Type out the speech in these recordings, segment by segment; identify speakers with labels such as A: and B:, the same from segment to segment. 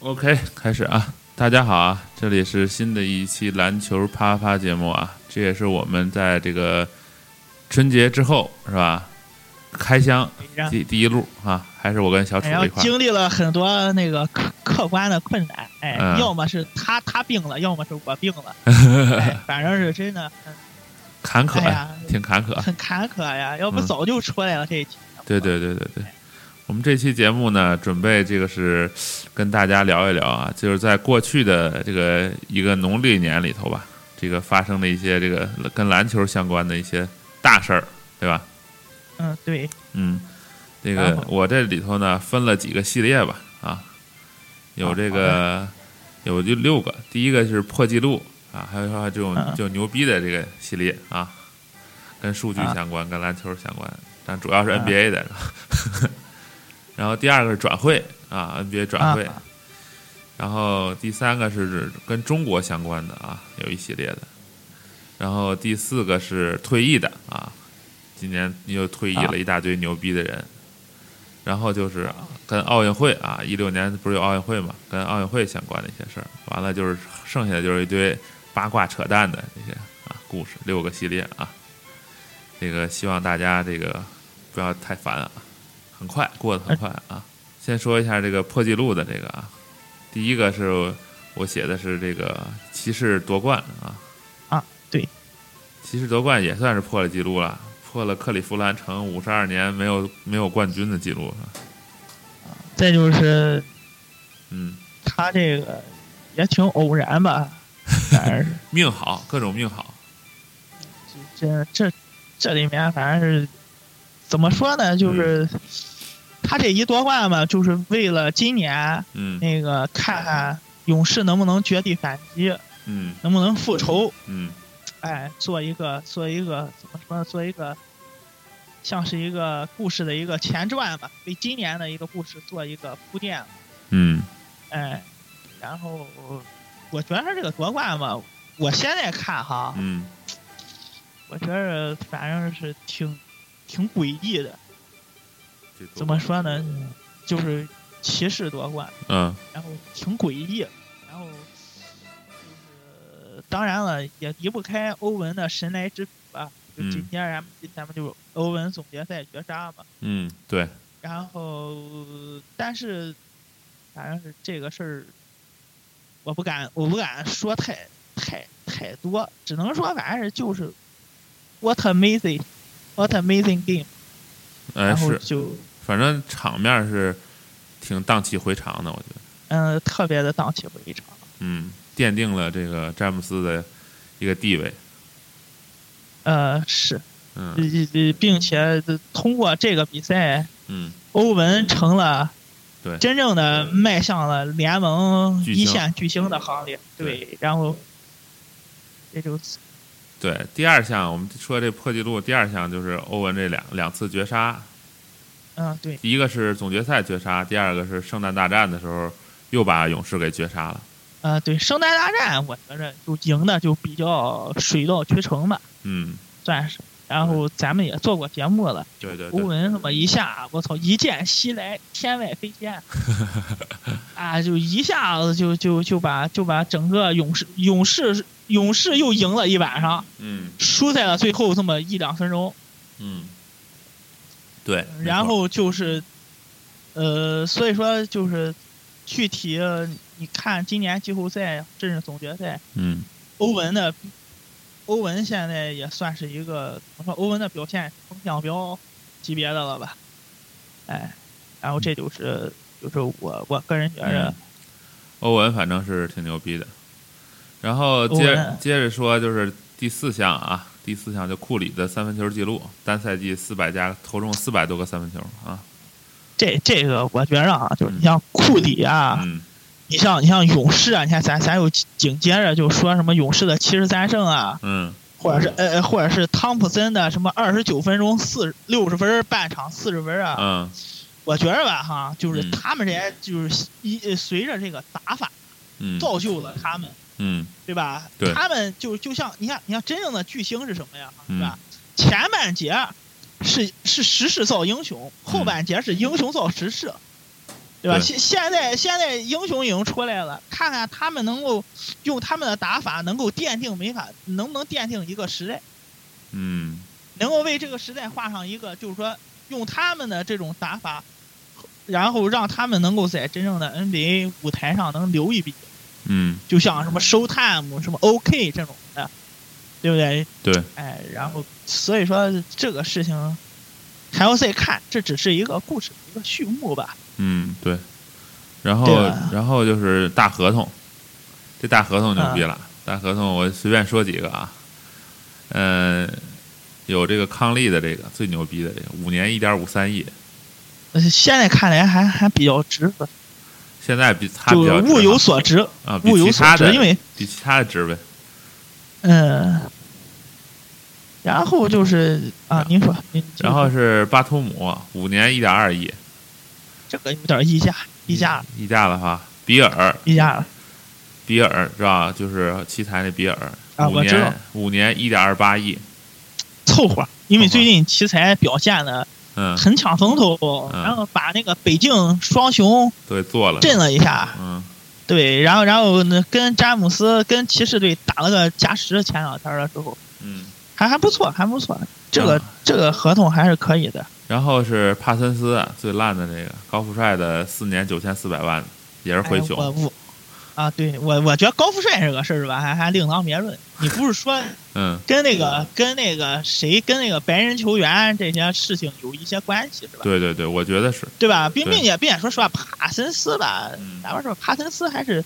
A: OK，开始啊！大家好啊，这里是新的一期篮球啪啪节目啊，这也是我们在这个春节之后是吧？开箱
B: 然
A: 第第一路啊，还是我跟小楚
B: 然后
A: 一块儿。
B: 经历了很多那个客客观的困难，哎，
A: 嗯
B: 要么是他他病了，要么是我病 了，哎、反正是真的很
A: 坎坷，啊
B: 哎呀
A: 挺坎 坷。
B: 很坎坷呀，要不
A: 嗯
B: 早就出来了这一期。
A: 对对对对对，我们这期节目呢，准备这个是跟大家聊一聊啊，就是在过去的这个一个农历年里头吧，这个发生的一些这个跟篮球相关的一些大事儿，对吧？
B: 嗯，对，
A: 嗯，这
B: 然
A: 个
B: 后
A: 我这里头呢分了几个系列吧，啊，有
B: 好
A: 这
B: 好
A: 个有就六个，第一个是破纪录啊，还有说这种
B: 嗯
A: 就牛逼的这个系列啊，跟数据
B: 啊
A: 相关，跟篮球相关，但主要是
B: 嗯
A: NBA 的。 然后第二个是转会啊，NBA 转
B: 啊
A: 会，然后第三个是跟中国相关的啊，有一系列的。然后第四个是退役的啊，今年又退役
B: 啊
A: 了一大堆牛逼的人。然后就是跟奥运会啊，一六年不是有奥运会嘛，跟奥运会相关的一些事儿。完了就是剩下的就是一堆八卦扯淡的这些啊故事，六个系列啊。这个希望大家这个不要太烦啊，很快过
B: 哎
A: 得很快啊。先说一下这个破纪录的这个啊，第一个是我写的是这个骑士夺冠啊，
B: 啊，对，
A: 骑士夺冠也算是破了记录了，破了克利夫兰城五十二年没有没有冠军的记录了。
B: 再就是
A: 嗯，
B: 他这个也挺偶然吧，反正是
A: 命好，各种命好。
B: 这这这里面反正是怎么说呢，就是、
A: 嗯
B: 他这一夺冠吧，就是为了今年
A: 嗯
B: 那个看看勇士能不能绝地反击，
A: 嗯
B: 能不能复仇。
A: 嗯
B: 哎，做一个做一个怎么说，做一个像是一个故事的一个前传吧，为今年的一个故事做一个铺垫。
A: 嗯
B: 哎，然后我觉得这个夺冠吧，我现在看哈，
A: 嗯
B: 我觉得反正是挺挺诡异的。
A: 这夺
B: 怎么说呢？就是骑士夺冠，
A: 嗯
B: 然后挺诡异，然后就是当然了，也离不开欧文的神来之笔吧。就
A: 嗯
B: 紧接着咱们咱们就是欧文总决赛绝杀嘛。
A: 嗯对，
B: 然后，但是反正是这个事儿，我不敢我不敢说太太太多，只能说反正是就是 what amazing what amazing game，
A: 哎
B: 然后
A: 是，
B: 就
A: 反正场面是挺荡气回肠的，我觉得。
B: 嗯、呃特别的荡气回肠。
A: 嗯，奠定了这个詹姆斯的一个地位。
B: 呃，是，呃
A: 嗯
B: 呃并且通过这个比赛，
A: 嗯
B: 欧文成了
A: 对
B: 真正的迈向了联盟
A: 巨
B: 一
A: 星
B: 线巨星的行列。
A: 对
B: 对，然后这就
A: 对，第二项我们说这破纪录，第二项就是欧文这两两次绝杀，
B: 嗯，对，
A: 第一个是总决赛绝杀，第二个是圣诞大战的时候又把勇士给绝杀了。
B: 呃，对，圣诞大战，我觉着就赢的就比较水到渠成吧，
A: 嗯，
B: 算是。然后咱们也做过节目了，
A: 对对
B: 欧
A: 对，
B: 文这么一下，我操，一剑西来，天外 飞仙，啊，就一下子就就就把就把整个勇士勇士勇士又赢了一晚上，
A: 嗯
B: 输在了最后这么一两分钟，
A: 嗯，对。没
B: 然
A: 错
B: 后就是，呃，所以说就是具体呃你看今年季后赛甚至总决赛，
A: 嗯
B: 欧文的欧文现在也算是一个怎么说，欧文的表现风向标级别的了吧？哎，然后这就是就是我我个人觉着
A: 嗯，欧文反正是挺牛逼的。然后
B: 欧
A: 接
B: 文
A: 接着说就是第四项啊，第四项就库里的三分球记录，单赛季四百加投中四百多个三分球啊。
B: 这这个我觉着啊，就是你像库里啊，
A: 嗯
B: 你像你像勇士啊，你看咱咱有紧接着就说什么勇士的七十三胜啊，
A: 嗯
B: 或者是呃，呃或者是汤普森的什么二十九分钟四六十分儿半场四十分儿啊，
A: 嗯
B: 我觉着吧哈，就是
A: 嗯
B: 他们这些就是一呃随着这个打法
A: 嗯
B: 造就了他们，
A: 嗯
B: 对吧？
A: 对
B: 他们就就像你看，你看真正的巨星是什么呀？
A: 嗯
B: 对吧？前半节是是时势造英雄，后半节是英雄造时势。对吧？
A: 嗯对
B: 现现在现在英雄已经出来了，看看他们能够用他们的打法能够奠定美法，能不能奠定一个时代，
A: 嗯
B: 能够为这个时代画上一个，就是说用他们的这种打法，然后让他们能够在真正的 NBA 舞台上能留一笔，
A: 嗯，
B: 就像什么 Showtime、什么 OK 这种的，对不对？
A: 对，
B: 哎，然后所以说这个事情还要再看，这只是一个故事的一个序幕吧。
A: 嗯对。然后
B: 对啊吧
A: 然后就是大合同，这大合同牛逼了。
B: 嗯
A: 大合同我随便说几个啊，嗯、有这个康利的这个最牛逼的这个五年一点五三亿，
B: 呃现在看来还还比较值，
A: 现在比他
B: 就
A: 比较
B: 是
A: 值
B: 物有
A: 哈
B: 所值，
A: 啊，比
B: 物有
A: 其
B: 所
A: 他
B: 值，
A: 的
B: 因为
A: 比其他的值呗。
B: 嗯、呃然后就是啊，您说，您继续
A: 然后是巴图姆五年一点二亿，
B: 这个有点溢价，
A: 嗯
B: 溢价，
A: 溢价的话，比尔
B: 溢价了，
A: 比尔是吧？就是奇才那比尔，
B: 啊
A: 五
B: 我知道
A: 年五年一点二八亿，
B: 凑合。因为
A: 凑合
B: 最近奇才表现的
A: 嗯，
B: 很抢风头，
A: 嗯
B: 然后把那个北境双雄
A: 对，做了，
B: 震了一下，
A: 嗯
B: 对，然后然后呢，跟詹姆斯跟骑士队打了个加时，前两天的时候
A: 嗯。
B: 还还不错，还不错，这个、
A: 啊
B: 这个合同还是可以的。
A: 然后是帕森斯啊最烂的这个高富帅的四年九千四百万，也是灰
B: 哎我
A: 熊，
B: 我啊，对我我觉得高富帅这个事儿吧，还还另当别论。你不是说
A: 嗯，
B: 跟那个跟那个谁跟那个白人球员这些事情有一些关系是吧？
A: 对对对，我觉得是，
B: 对吧？并
A: 对
B: 并且并且说实话，帕森斯吧，
A: 嗯
B: 哪怕说帕森斯还是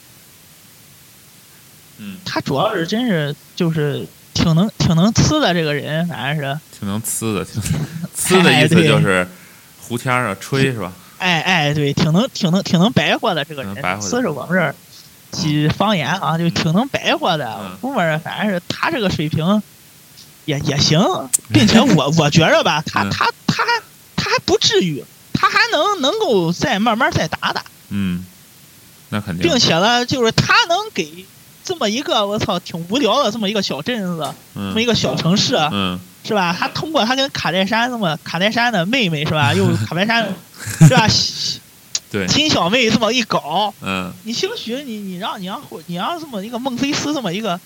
A: 嗯，
B: 他主要是真是就是挺能挺能呲的这个人，反正是。
A: 挺能呲的，挺 呲的意思
B: 哎对
A: 就是胡天儿啊吹是吧？
B: 哎哎，对，挺能挺能挺能白活的这个
A: 挺
B: 人
A: 能白，活的
B: 四是我们这儿几方言啊，就挺能白活的。
A: 嗯
B: 我估摸着反正是他这个水平也也 行，并且我我觉着吧，他
A: 嗯
B: 他他还他还不至于，他还能能够再慢慢再打打，
A: 嗯，那肯定
B: 并，且呢，就是他能给这么一个我操挺无聊的这么一个小镇子，这
A: 嗯
B: 么一个小城市，
A: 嗯
B: 是吧？他通过他跟卡戴珊那么卡戴珊的妹妹是 吧？又卡戴珊是吧？
A: 对
B: 亲小妹这么一搞，
A: 嗯，
B: 你兴许你你让你让或你让这么一个孟菲斯这么一个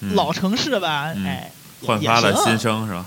A: 嗯
B: 老城市吧，
A: 嗯
B: 哎，也
A: 焕发了。
B: 也
A: 新
B: 行
A: 生是吧？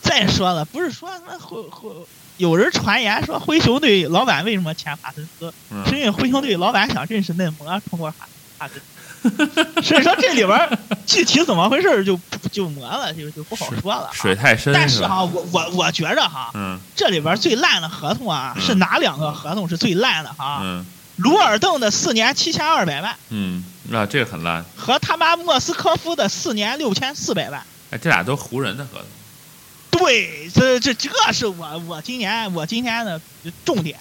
B: 再说了，不是说他妈灰灰，有人传言说灰熊队老板为什么签帕森斯，
A: 嗯
B: 是因为灰熊队老板想认识嫩模，通过帕帕森斯。 所以说这里边儿具体怎么回事儿就不就磨了，就就不好说了啊。
A: 水太深
B: 但是啊
A: 吧？
B: 哈，我我我觉着哈，
A: 嗯
B: 这里边最烂的合同啊，
A: 嗯
B: 是哪两个合同是最烂的哈？
A: 嗯
B: 鲁尔邓的四年七千二百万
A: 嗯，那这个很烂。
B: 和他妈莫斯科夫的四年六千四百万。
A: 哎，这俩都湖人的合同。
B: 对，这这这是我我今年我今天的重点，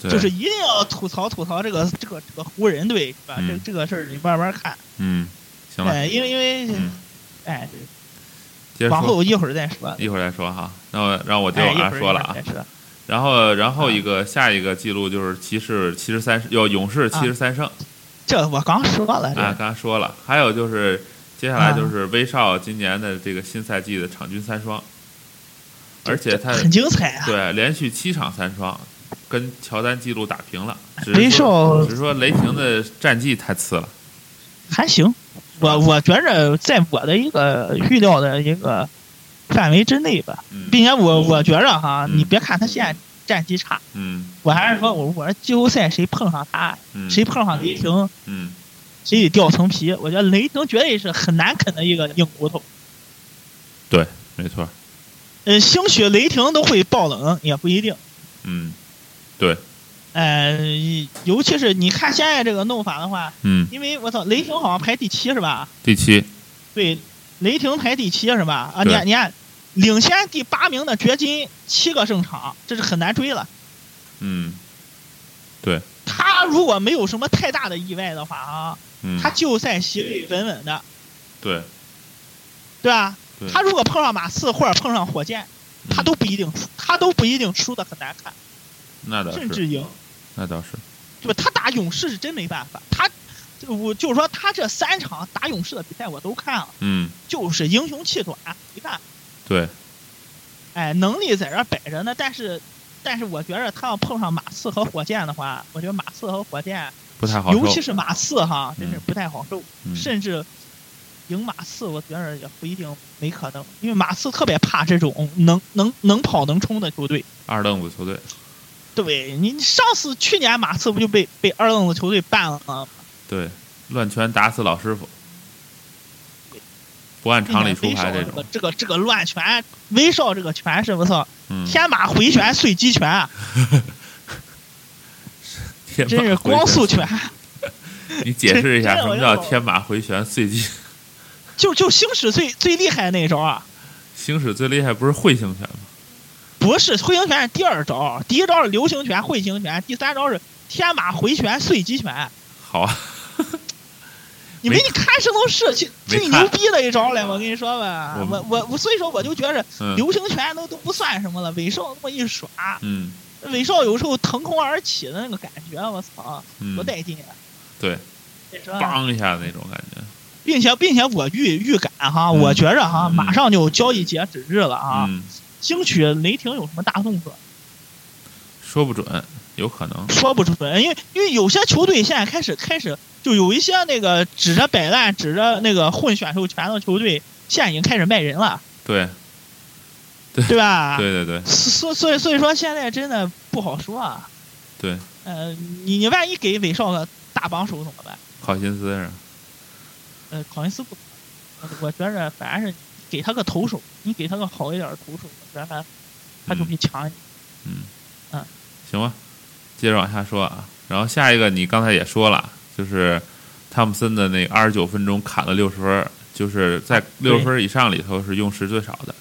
A: 对
B: 就是一定要吐槽吐槽这个这个这个湖人队是吧？
A: 嗯
B: 这这个事儿你慢慢看，
A: 嗯，行了，
B: 哎，因为因为
A: 嗯，
B: 哎，
A: 接着
B: 往
A: 说，
B: 后一会儿再说，
A: 一会儿再说哈。那我让我接
B: 哎，啊
A: 往
B: 一会
A: 下
B: 儿
A: 说了
B: 一会
A: 啊
B: 儿。再说，
A: 然后，然后一个下一个记录就是骑士七十三，有勇士七十三胜啊，
B: 这我刚说了，
A: 刚
B: 这
A: 刚说了。还有就是接
B: 啊
A: 下来就是威少今年的这个新赛季的场均三双，而且他
B: 很精彩啊，
A: 对连续七场三双，跟乔丹记录打平了。只是
B: 威
A: 说
B: 少
A: 只是说雷霆的战绩太次了。
B: 还行，我我觉着在我的一个预料的一个范围之内吧，
A: 嗯
B: 并且我我觉着哈，
A: 嗯
B: 你别看他现在战绩差，
A: 嗯
B: 我还是说我我说季后赛谁碰上他，
A: 嗯，
B: 谁碰上雷霆，
A: 嗯
B: 谁得掉层皮。我觉得雷霆绝对是很难啃的一个硬骨头，
A: 对，没错。
B: 呃，兴许雷霆都会爆冷也不一定，
A: 嗯
B: 呃，尤其是你看现在这个弄法的话，
A: 嗯，
B: 因为我操，雷霆好像排第七是吧？
A: 第七，
B: 对，雷霆排第七是吧？啊，
A: 对
B: 你看，你看，领先第八名的掘金七个胜场，这是很难追了。
A: 嗯
B: 他如果没有什么太大的意外的话啊，
A: 嗯，
B: 他季后赛席位稳稳的，
A: 对
B: 对吧
A: 对？嗯
B: 他如果碰上马刺或者碰上火箭，他都不一定输，他都不一定输的很难看，
A: 那倒
B: 甚
A: 是，啊
B: 至赢。
A: 那倒是，
B: 对吧？他打勇士是真没办法，他。我就是说，他这三场打勇士的比赛我都看了，
A: 嗯，
B: 就是英雄气短。你看，
A: 对，
B: 哎，能力在这儿摆着呢，但是但是我觉着他要碰上马刺和火箭的话，我觉得马刺和火箭，
A: 不太好受，
B: 尤其是马刺哈，真是
A: 嗯
B: 不太好受，
A: 嗯
B: 甚至赢马刺，我觉着也不一定没可能，因为马刺特别怕这种能能能跑能冲的球队。
A: 二等五球队，
B: 对你你上次去年马刺不就被被二愣子球队办了吗？
A: 对，乱拳打死老师傅，不按
B: 那
A: 常理
B: 年
A: 出
B: 威少
A: 牌这
B: 这个
A: 种，
B: 这个这个乱拳，威少这个拳是我操，
A: 嗯，
B: 天马回旋碎 击拳，啊
A: 天
B: 真是
A: 马回
B: 光速
A: 旋
B: 拳，
A: 你解释一下什
B: 真的我
A: 么叫
B: 就
A: 天马回旋碎击？
B: 就就星矢最最厉害那一招啊，
A: 星矢最厉害不是彗星拳吗？
B: 不是回形拳是第二招，第一招是流星拳、彗星拳，第三招是天马回旋碎击拳。
A: 好啊，
B: 你
A: 没
B: 没你看圣斗士，这
A: 没
B: 这你
A: 看
B: 牛逼的一招来，我跟你说吧，
A: 我
B: 我我我，所以说我就觉着
A: 嗯
B: 流星拳都都不算什么了，韦少那么一耍，
A: 嗯
B: 韦少有时候腾空而起的那个感觉，我操，
A: 嗯
B: 多，带劲啊！
A: 对，
B: 你说吧，
A: 梆一下那种感觉，
B: 并且并且我预预感哈，
A: 嗯
B: 我觉着哈，
A: 嗯
B: 马上就交易截止日了啊，
A: 嗯，
B: 兴许雷霆有什么大动作，
A: 说不准，有可能，
B: 说不准，因为因为有些球队现在开始开始就有一些那个指着摆烂、指着那个混选秀权的球队，现在已经开始卖人了，
A: 对
B: 对吧？
A: 对对对，
B: 所所以所以说现在真的不好说啊。
A: 对。
B: 呃，你你万一给韦少个大帮手怎么办？
A: 考辛斯是吧，
B: 呃，考辛斯不，呃我觉着反正是给他个投手，你给他个好一点的投手，我觉得他他就
A: 嗯
B: 比强一点。
A: 行吧，接着往下说啊。然后下一个你刚才也说了，就是汤普森的那二十九分钟砍了六十分，就是在
B: 啊
A: 六十分以上里头是用时最少的。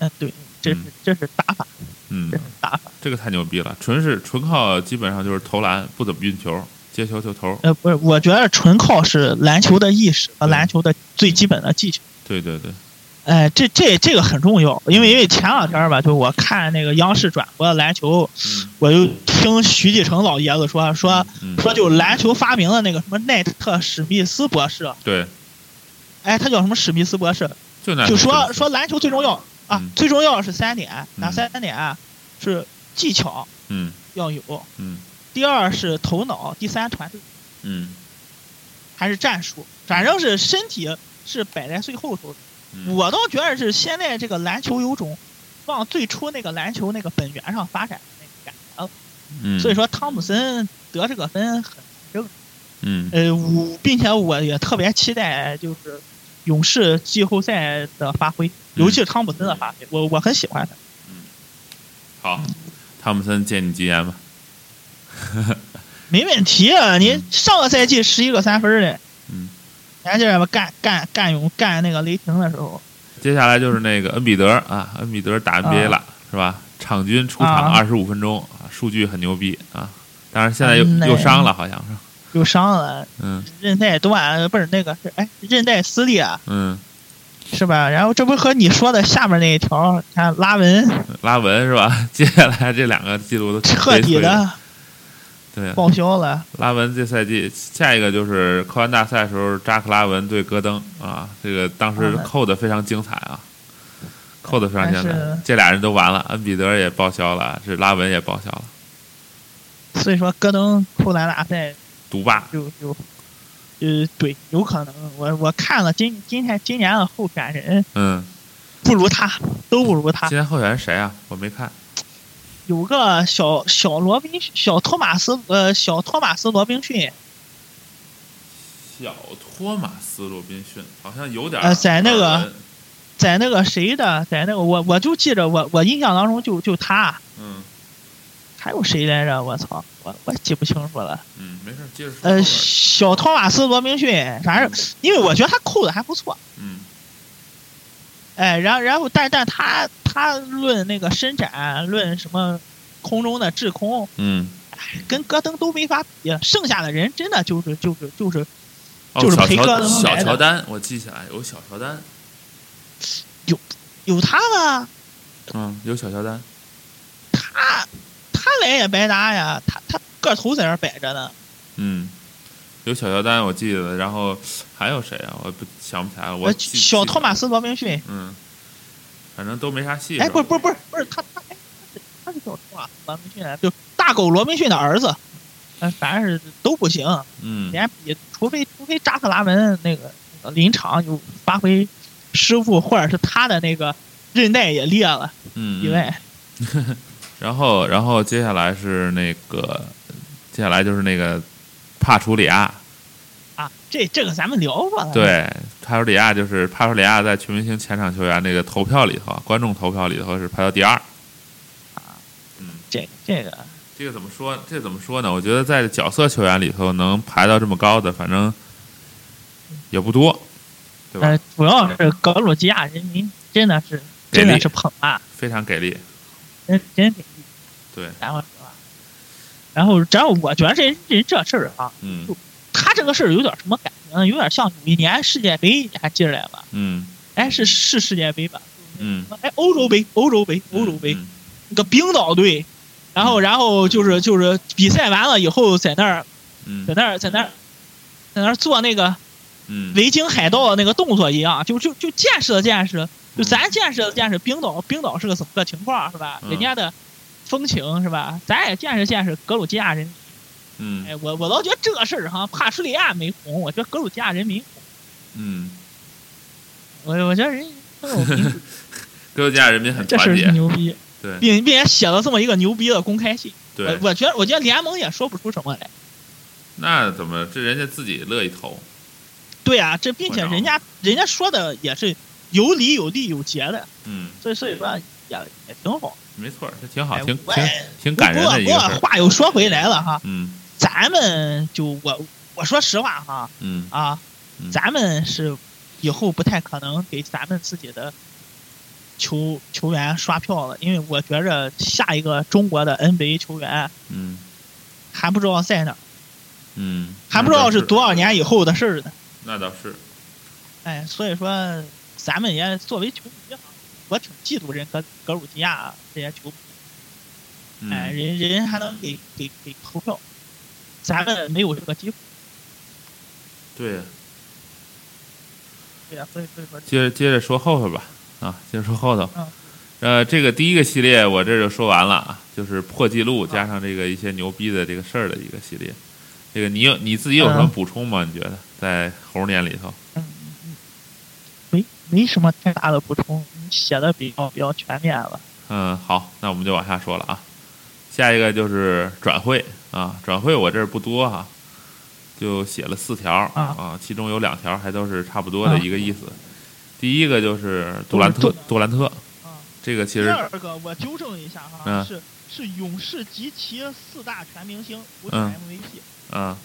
B: 嗯、对，这是
A: 嗯
B: 这是打法，
A: 嗯
B: 这，是打法。
A: 这个太牛逼了，纯是纯靠基本上就是投篮，不怎么运球，接球就投。
B: 呃，不是，我觉得纯靠是篮球的意识和
A: 对
B: 篮球的最基本的技巧。
A: 对对对，
B: 哎、这这这个很重要，因为因为前两天吧，就我看那个央视转播的篮球，
A: 嗯，
B: 我就听徐继成老爷子说啊说
A: 嗯
B: 说，就篮球发明的那个什么奈特史密斯博士，
A: 对，
B: 哎，他叫什么史密斯博士？
A: 就那
B: 就说说篮球最重要啊
A: 嗯，
B: 最重要的是三点，哪
A: 嗯
B: 三点？啊是技巧
A: 嗯
B: 要有，
A: 嗯
B: 第二是头脑，第三团队
A: 嗯
B: 还是战术，反正是身体是摆在最后头的。
A: 嗯，
B: 我倒觉得是现在这个篮球有种往最初那个篮球那个本源上发展的那个感觉了，
A: 嗯
B: 所以说汤普森得这个分很
A: 嗯
B: 呃，我并且我也特别期待就是勇士季后赛的发挥，尤其
A: 嗯
B: 是汤普森的发挥，我我很喜欢他。
A: 好，汤普森借你吉言吧。
B: 没问题啊！你
A: 嗯
B: 上个赛季十一个三分儿嘞，
A: 嗯，
B: 你还记得吧？干干干勇干那个雷霆的时候，
A: 接下来就是那个恩比德啊，恩比德打 NBA 了、是吧？场均出场
B: 啊
A: 二十五分钟啊，数据很牛逼啊！当然现在又、
B: 嗯那
A: 又伤了，好像是，
B: 又伤了
A: 嗯
B: 韧带断，呃不是那个是哎韧带撕裂
A: 嗯，
B: 是吧？然后这不是和你说的下面那一条，看拉文
A: 拉文是吧？ 接下来这两个记录都
B: 彻底
A: 被推了，
B: 的
A: 对，
B: 报销了。
A: 拉文这赛季下一个就是扣篮大赛时候扎克拉文对戈登啊，这个当时扣的非常精彩啊，扣的非常精
B: 但
A: 彩
B: 是，
A: 这俩人都完了，恩比德也报销了，这拉文也报销了，
B: 所以说戈登扣篮大赛
A: 独霸，
B: 就就呃对，有可能我我看了今今天今年的候选人
A: 嗯，
B: 不如他，都不如他
A: 今。天候选人谁啊？我没看，
B: 有个小小罗宾小托马斯呃小托马斯罗宾逊
A: 小托马斯·罗宾逊好像有点
B: 呃在那个耳，在那个谁的，在那个我我就记着我我印象当中就就他，
A: 嗯
B: 还有谁来着？我操，我我记不清楚了。
A: 嗯，没事，接着说。
B: 呃，小托马斯罗宾逊，反正因为我觉得他扣的还不错，
A: 嗯
B: 哎，然后然后但但他他论那个伸展，论什么空中的滞空，
A: 嗯，
B: 跟戈登都没法比。啊剩下的人真的就是就是就是
A: 哦
B: 就是
A: 小
B: 陪
A: 乔
B: 戈登
A: 小
B: 来的
A: 乔丹，我记起来有小乔丹，
B: 有他吗？
A: 嗯，有小乔丹，
B: 他他来也白搭呀，他他个头在那儿摆着呢。
A: 嗯，有小乔丹，我记得，然后还有谁啊？我不想不起来了。我
B: 呃
A: 记
B: 小托马，
A: 记
B: 斯罗宾逊，
A: 得嗯，反正都没啥戏。
B: 哎，
A: 是吧
B: 不是不是不是不是他他哎，他是叫什么啊罗宾逊啊，就大狗罗宾逊的儿子，嗯，反正是都不行，
A: 嗯
B: 人家也除非除非扎克拉门那个那个临场有发挥失误，或者是他的那个韧带也裂了，
A: 嗯，
B: 以外，
A: 然后，然后接下来是那个，接下来就是那个帕楚里亚，
B: 啊，这这个咱们聊过了，，
A: 对，帕楚里亚就是帕楚里亚在全明星前场球员那个投票里头，观众投票里头是排到第二。
B: 这个这个
A: 这个怎么说？这怎么说呢？我觉得在角色球员里头能排到这么高的，反正也不多，对吧？
B: 呃，主要是格鲁吉亚人民真的是
A: 给力
B: 真的是捧啊，
A: 非常给力。
B: 真真给力。
A: 对，
B: 然后然后然后我觉得这这这事儿啊，
A: 嗯
B: 他这个事儿有点什么感觉呢？有点像有一年世界杯你还记着来吧？
A: 嗯
B: 哎，是是世界杯吧？
A: 嗯，
B: 哎，欧洲杯，欧洲杯，欧洲杯，
A: 嗯
B: 那个冰岛队。然后，然后就是就是比赛完了以后，在那儿在
A: 嗯
B: 那儿在那儿在那儿做那个
A: 嗯，
B: 维京海盗的那个动作一样，就就就见识了见识，就咱见识了见识冰岛，冰岛是个怎么个情况是吧？
A: 嗯
B: 人家的风情是吧？咱也见识见识格鲁吉亚人。
A: 嗯
B: 哎，我我倒觉得这个事儿哈，帕什利亚没红，我觉得格鲁吉亚人民红，
A: 嗯，
B: 我我觉得人 都有民主，
A: 格鲁吉亚人民很
B: 这
A: 团
B: 事
A: 结
B: 儿，牛逼，
A: 对
B: 并并且写了这么一个牛逼的公开信，
A: 对
B: 我。我觉得我觉得联盟也说不出什么来。
A: 那怎么这人家自己乐意投？
B: 对啊，这并且
A: 我知道
B: 人家人家说的也是有理有利有节的，
A: 嗯，
B: 所以所以说也也挺好。
A: 没错，这挺好，
B: 哎
A: 挺
B: 我
A: 挺
B: 也
A: 挺感人的一
B: 不
A: 个
B: 过
A: 事
B: 不过
A: 儿。
B: 话又说回来了哈，
A: 嗯
B: 咱们就我我说实话哈
A: 嗯
B: 啊
A: 嗯，
B: 咱们是以后不太可能给咱们自己的球球员刷票了，因为我觉着下一个中国的 NBA 球员
A: 嗯
B: 还不知道在哪儿，
A: 嗯，
B: 还不知道
A: 那倒
B: 是多少年以后的事儿呢。
A: 那倒是，
B: 哎，所以说咱们也作为球迷啊，我挺嫉妒人格格鲁吉亚这些球迷
A: 嗯
B: 哎，人人还能给给给投票，咱们没有这个机会。
A: 对。啊
B: 对呀、所以所以说，
A: 接着接着说后头吧，啊，接着说后头
B: 嗯。
A: 呃，这个第一个系列我这就说完了啊，就是破纪录加上这个一些牛逼的这个事儿的一个系列。这个你有你自己有什么
B: 嗯
A: 补充吗？你觉得在猴年里头？
B: 嗯，没没什么太大的补充，你写的比较比较全面了。
A: 嗯，好，那我们就往下说了啊。下一个就是转会啊，转会我这儿不多哈、就写了四条
B: 啊
A: 其中有两条还都是差不多的
B: 啊
A: 一个意思。第一个就是杜兰特
B: 杜，
A: 杜兰特
B: 啊，
A: 这个其
B: 第
A: 实
B: 二个我纠正一下哈，
A: 嗯
B: 是是勇士及其四大全明星，不是
A: 嗯
B: MVP。
A: 嗯，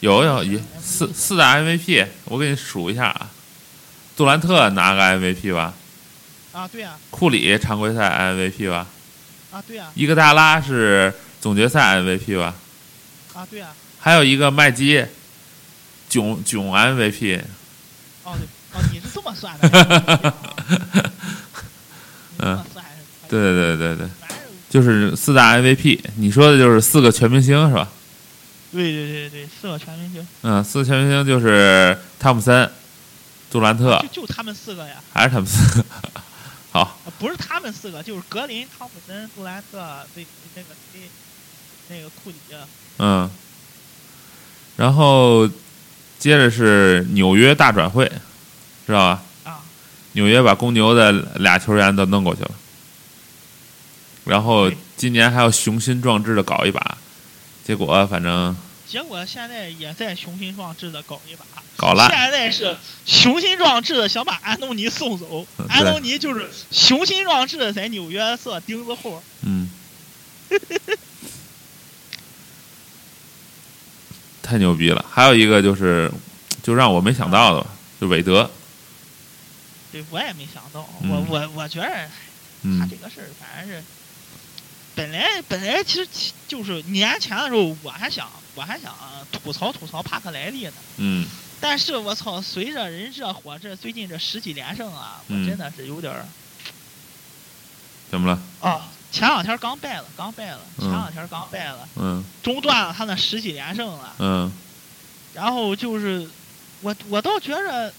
A: 有有一四四大 MVP，我给你数一下啊。杜兰特拿个 MVP 吧，
B: 啊，对啊，
A: 库里常规赛 MVP 吧，
B: 啊对啊，
A: 伊戈达拉是总决赛 MVP 吧，
B: 啊对啊，
A: 还有一个麦基，囧囧 MVP，
B: 哦对，哦你是这么算的， 你这么算是可以
A: 嗯对，对对对对，
B: 反正
A: 就是四大 MVP。你说的就是四个全明星是吧？
B: 对对对对，四个全明星，
A: 嗯，四个全明星就是汤普森、杜兰特
B: 就就他们四个呀，
A: 还是汤普森。好，
B: 啊不是他们四个，就是格林、汤普森、杜兰特、那那个那那个库里，
A: 嗯，然后接着是纽约大转会，知道吧？
B: 啊，
A: 纽约把公牛的俩球员都弄过去了，然后
B: 对
A: 今年还要雄心壮志的搞一把，结果反正
B: 结果现在也在雄心壮志的搞一把，
A: 搞烂。
B: 现在是雄心壮志的想把安东尼送走
A: 嗯，
B: 安东尼就是雄心壮志的在纽约做钉子户，
A: 嗯，太牛逼了！还有一个就是，就让我没想到的吧，就韦德。
B: 对我也没想到，
A: 嗯
B: 我我我觉得他
A: 嗯
B: 这个事儿反正是。本来本来其实就是年前的时候，我还想我还想吐槽吐槽帕克莱利呢，
A: 嗯
B: 但是我操，随着人热火这最近这十几连胜啊，我
A: 嗯
B: 真的是有点儿
A: 怎么了？
B: 啊。前两天刚败了，刚败了，
A: 嗯
B: 前两天刚败了，
A: 嗯
B: 中断了他那十几连胜了。
A: 嗯
B: 然后就是，我我倒觉着，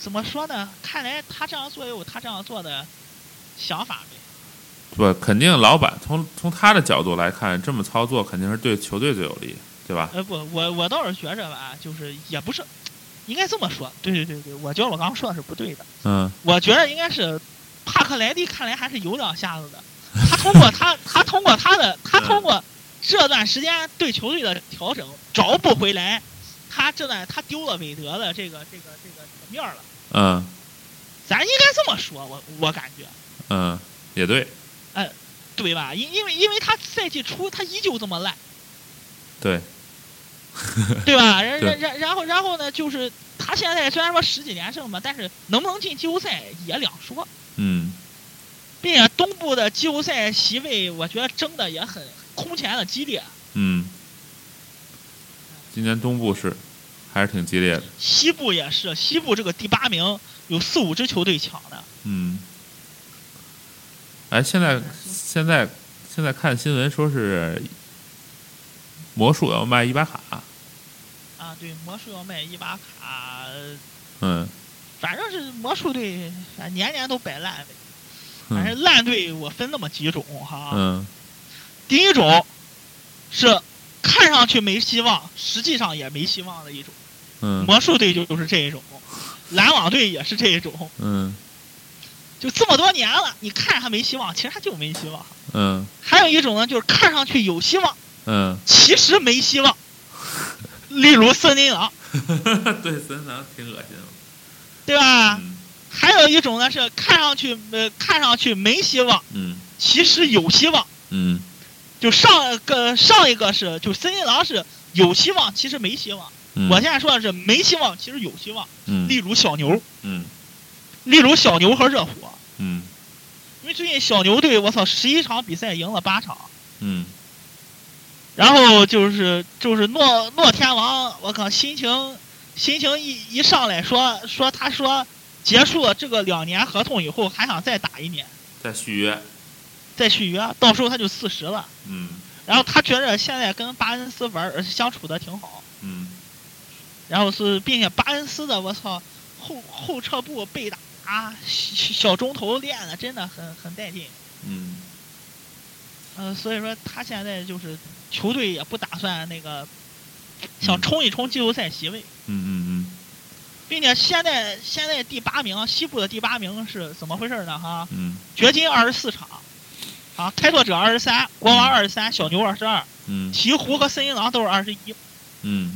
B: 怎么说呢？看来他这样做也有他这样做的想法呗。
A: 不，肯定老板从从他的角度来看，这么操作肯定是对球队最有利，对吧？
B: 呃，不，我我倒是觉着吧，就是也不是，应该这么说。对对对对，我觉得我刚说的是不对的。
A: 嗯，
B: 我觉得应该是帕克莱蒂看来还是有两下子的。他通过他他通过他的他通过这段时间对球队的调整找补回来，他这段他丢了韦德的这个这个这个这个面儿了。
A: 嗯
B: 咱应该这么说，我我感觉。
A: 嗯，也对，
B: 对吧？因因为因为他赛季初他依旧这么 烂，
A: 对，
B: 对吧？然
A: 对
B: 然然然后然后呢，就是他现在虽然说十几连胜吧，但是能不能进季后赛也两说，
A: 嗯
B: 并且东部的季后赛席位，我觉得争的也很空前的激烈。
A: 嗯。今年东部是还是挺激烈的，
B: 西部也是，西部这个第八名有四五支球队抢的，
A: 嗯。哎，现在现在现在看新闻说是魔术要卖伊巴卡，
B: 啊，对，魔术要卖伊巴卡，
A: 嗯
B: 反正是魔术队反正年年都摆烂呗，反
A: 嗯
B: 正烂队我分那么几种哈，
A: 嗯
B: 第一种是看上去没希望，实际上也没希望的一种。
A: 嗯
B: 魔术队就是这一种，篮网队也是这一种。
A: 嗯
B: 就这么多年了，你看他没希望，其实他就没希望。
A: 嗯
B: 还有一种呢，就是看上去有希望，
A: 嗯，
B: 其实没希望。例如森林狼，
A: 对，森狼挺恶心的，
B: 对吧？
A: 嗯
B: 还有一种呢是看上去呃看上去没希望，
A: 嗯
B: 其实有希望。
A: 嗯
B: 就上个上一个是就森林狼是有希望，其实没希望。
A: 嗯，
B: 我现在说的是没希望，其实有希望。
A: 嗯
B: 例如小牛，
A: 嗯
B: 例如小牛和热火，
A: 嗯
B: 因为最近小牛队我操十一场比赛赢了八场，
A: 嗯
B: 然后就是就是诺诺天王，我靠心情心情一一上来说说他说结束了这个两年合同以后还想再打一年
A: 再续约，
B: 再续约，到时候他就四十了。
A: 嗯
B: 然后他觉着现在跟巴恩斯玩儿相处的挺好，
A: 嗯
B: 然后是并且巴恩斯的我操后后撤步被打小小中投练的真的很很带劲。
A: 嗯
B: 呃，所以说他现在就是球队也不打算那个想冲一冲季后赛席位，
A: 嗯嗯
B: 并且现在现在第八名，西部的第八名是怎么回事呢？哈，
A: 嗯
B: 掘金二十四场，啊，开拓者二十三，国王二十三，小牛二十二，
A: 嗯
B: 鹈鹕和森林狼都是二十一，
A: 嗯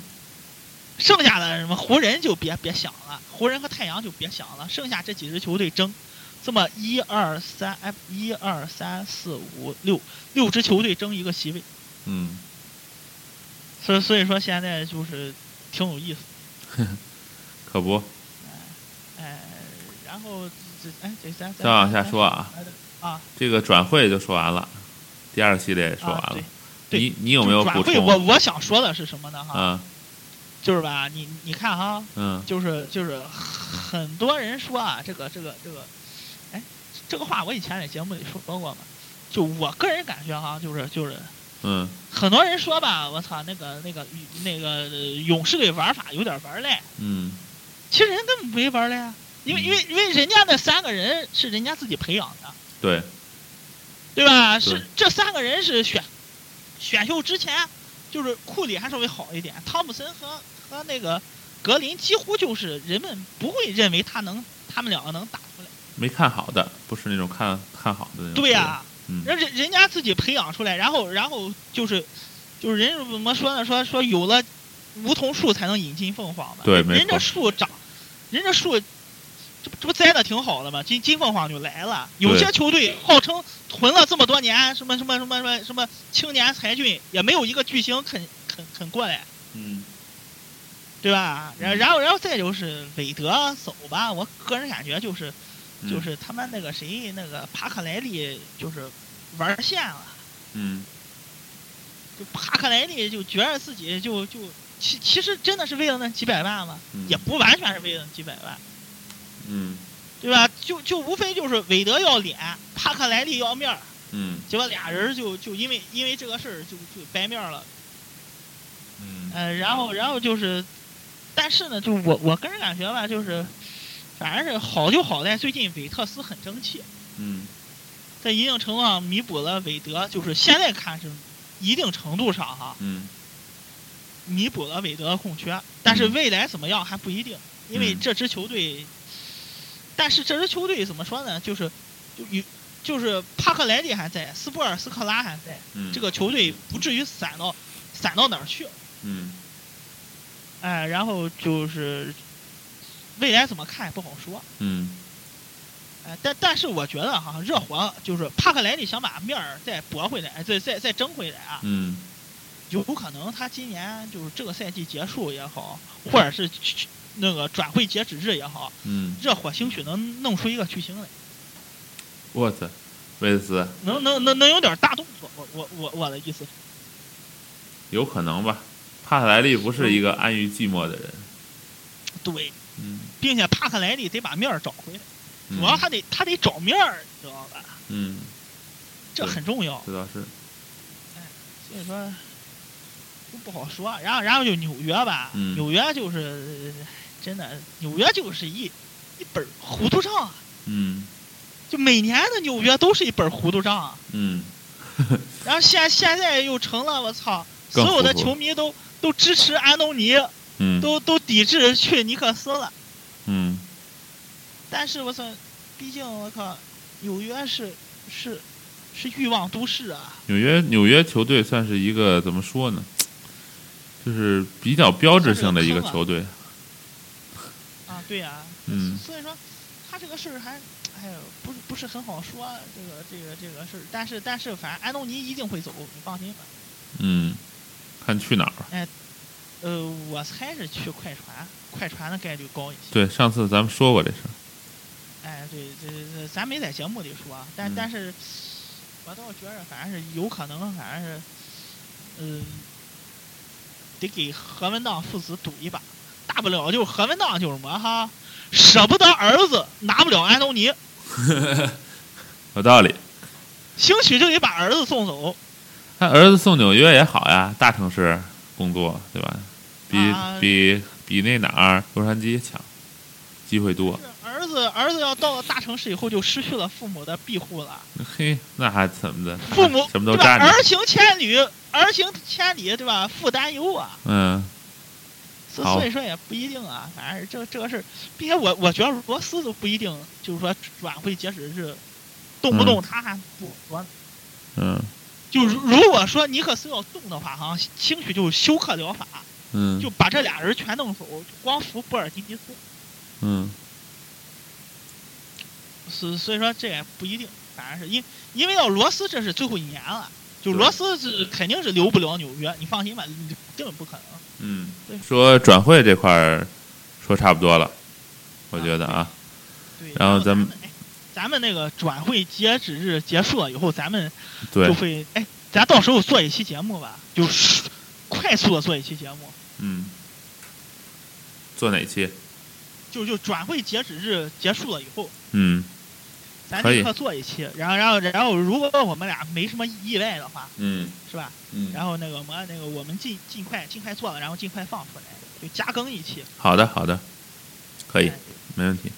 B: 剩下的什么湖人就别别想了，湖人和太阳就别想了，剩下这几支球队争。这么一二三，哎，一二三四五六六支球队争一个席位，
A: 嗯，
B: 所以所以说现在就是挺有意思，
A: 可不，
B: 哎，然后这哎这咱咱
A: 再往下说啊，
B: 啊，
A: 这个转会就说完了，第二系列也说完
B: 啊
A: 了
B: 对，对
A: 你你有没有
B: 转
A: 补
B: 会我
A: 充？
B: 我想说的是什么呢哈？
A: 啊
B: 就是吧，你你看哈，
A: 嗯
B: 就是就是很多人说啊，这个这个这个，哎，这个话我以前在节目里说过嘛，就我个人感觉哈，就是就是
A: 嗯
B: 很多人说吧，我操那个那个那个呃勇士队玩法有点玩赖，
A: 嗯
B: 其实人根本没玩赖啊，因为因为因为人家那三个人是人家自己培养的。
A: 对，
B: 对吧？
A: 对
B: 是这三个人是选选秀之前，就是库里还稍微好一点，汤普森和和那个格林几乎就是人们不会认为他能，他们两个能打出来。
A: 没看好的，不是那种看看好的那种。
B: 对啊呀、
A: 嗯
B: 人人人家自己培养出来，然后然后就是就是人家怎么说呢？说说有了梧桐树才能引进凤凰嘛。
A: 对没错
B: 人这树长，人这树这不这不栽的挺好的嘛，金金凤凰就来了。有
A: 对
B: 些球队号称囤了这么多年，什么什么什么什么什么青年才俊，也没有一个巨星肯肯肯过来，
A: 嗯
B: 对吧？然
A: 嗯
B: 然后然后再就是韦德走吧，我个人感觉就是
A: 嗯
B: 就是他们那个谁那个帕克莱利就是玩线了。
A: 嗯
B: 就帕克莱利就觉着自己就就其其实真的是为了那几百万嘛，
A: 嗯
B: 也不完全是为了那几百万，
A: 嗯
B: 对吧？就就无非就是韦德要脸，帕克莱利要面儿，
A: 嗯
B: 结果俩人就就因为因为这个事儿就就掰面儿了。
A: 嗯
B: 呃，然后然后就是，但是呢，就我我个人感觉吧，就是反正是好就好在最近韦特斯很争气，
A: 嗯
B: 在一定程度上弥补了韦德，就是现在看是一定程度上哈
A: 嗯
B: 弥补了韦德的空缺，但是未来怎么样还不一定，因为
A: 嗯
B: 这支球队，但是这支球队怎么说呢？就是就与就是帕克莱利还在，斯波尔斯克拉还在，
A: 嗯，
B: 这个球队不至于散到散到哪儿去。
A: 嗯
B: 哎，然后就是未来怎么看也不好说。
A: 嗯
B: 哎，但但是我觉得哈，热火就是帕克莱利想把面儿再驳回来，再再再争回来啊，
A: 嗯
B: 有可能他今年就是这个赛季结束也好，或者是去去那个转会截止日也好，
A: 嗯，
B: 热火兴许能弄出一个巨星来，
A: 我操，威斯
B: 能能能能有点大动作。我我我我的意思是，
A: 有可能吧？帕特莱利不是一个安于寂寞的人，
B: 对，
A: 嗯，
B: 并且帕克莱利得把面儿找回来，
A: 嗯
B: 主要还得他得找面儿，你知道吧？
A: 嗯，
B: 这
A: 对
B: 很重要。
A: 这倒是，
B: 所以说都不好说。啊然后，然后就纽约吧，
A: 嗯
B: 纽约就是真的，纽约就是一一本儿糊涂账啊，
A: 嗯
B: 就每年的纽约都是一本儿糊涂账啊。
A: 嗯
B: 然后现现在又成了我操，
A: 更
B: 所有的
A: 糊涂
B: 球迷都都支持安东尼，
A: 嗯，
B: 都都抵制去尼克斯了。
A: 嗯
B: 但是我操，毕竟我靠，纽约是是是欲望都市啊。
A: 纽约纽约球队算是一个怎么说呢？就是比较标志性的一个球队，
B: 啊，对呀、
A: 嗯
B: 所以说他这个事儿还，哎呦，不是不是很好说这个这个这个事儿，但是但是反正安东尼一定会走，你放心吧。
A: 嗯，看去哪儿吧。
B: 呃，我猜是去快船，快船的概率高一些。
A: 对，上次咱们说过这事儿，
B: 哎，对，这这咱没在节目里说，啊但、
A: 嗯
B: 但是，我倒觉着反正是有可能，反正是，嗯、得给何文荡父子赌一把，大不了就是何文荡就是什么哈，舍不得儿子拿不了安东尼，
A: 有道理。
B: 兴许就得把儿子送走。
A: 他儿子送纽约也好呀，大城市工作对吧？比、
B: 啊
A: 比比那哪儿洛杉矶强，机会多。
B: 是儿子，儿子要到了大城市以后，就失去了父母的庇护了。
A: 嘿，那还怎么的？
B: 父母
A: 什么都
B: 对吧
A: 占着。
B: 儿行千里，儿行千里，对吧？父担忧啊，
A: 嗯
B: 所
A: 好
B: 所以说也不一定啊。反正这这个事儿，并且我我觉得罗斯都不一定，就是说转会截止日，动不动他还不说呢。
A: 嗯
B: 就如如果说尼克斯要动的话，哈，兴许就休克疗法，
A: 嗯，
B: 就把这俩人全弄走，就光服波尔津吉斯。
A: 嗯
B: 所所以说这也不一定，反正是因因为要罗斯这是最后一年了，就
A: 对
B: 罗斯是肯定是留不了纽约，你放心吧，根本不可能。
A: 嗯
B: 对，
A: 说转会这块儿说差不多了，我觉得啊，
B: 对，
A: 然后咱
B: 咱
A: 们
B: 哎咱们那个转会截止日结束了以后，咱们
A: 对
B: 就，会哎，咱到时候做一期节目吧，就是快速的做一期节目，
A: 嗯，做哪期？
B: 就就转会截止日结束了以后，
A: 嗯
B: 咱
A: 可以
B: 立刻做一期，然后然后然后如果我们俩没什么意外的话，
A: 嗯
B: 是吧？
A: 嗯，
B: 然后那个我们按那个我们尽尽快尽快做了，然后尽快放出来，就加更一期。啊
A: 好的好的，可以
B: 哎，
A: 没问题。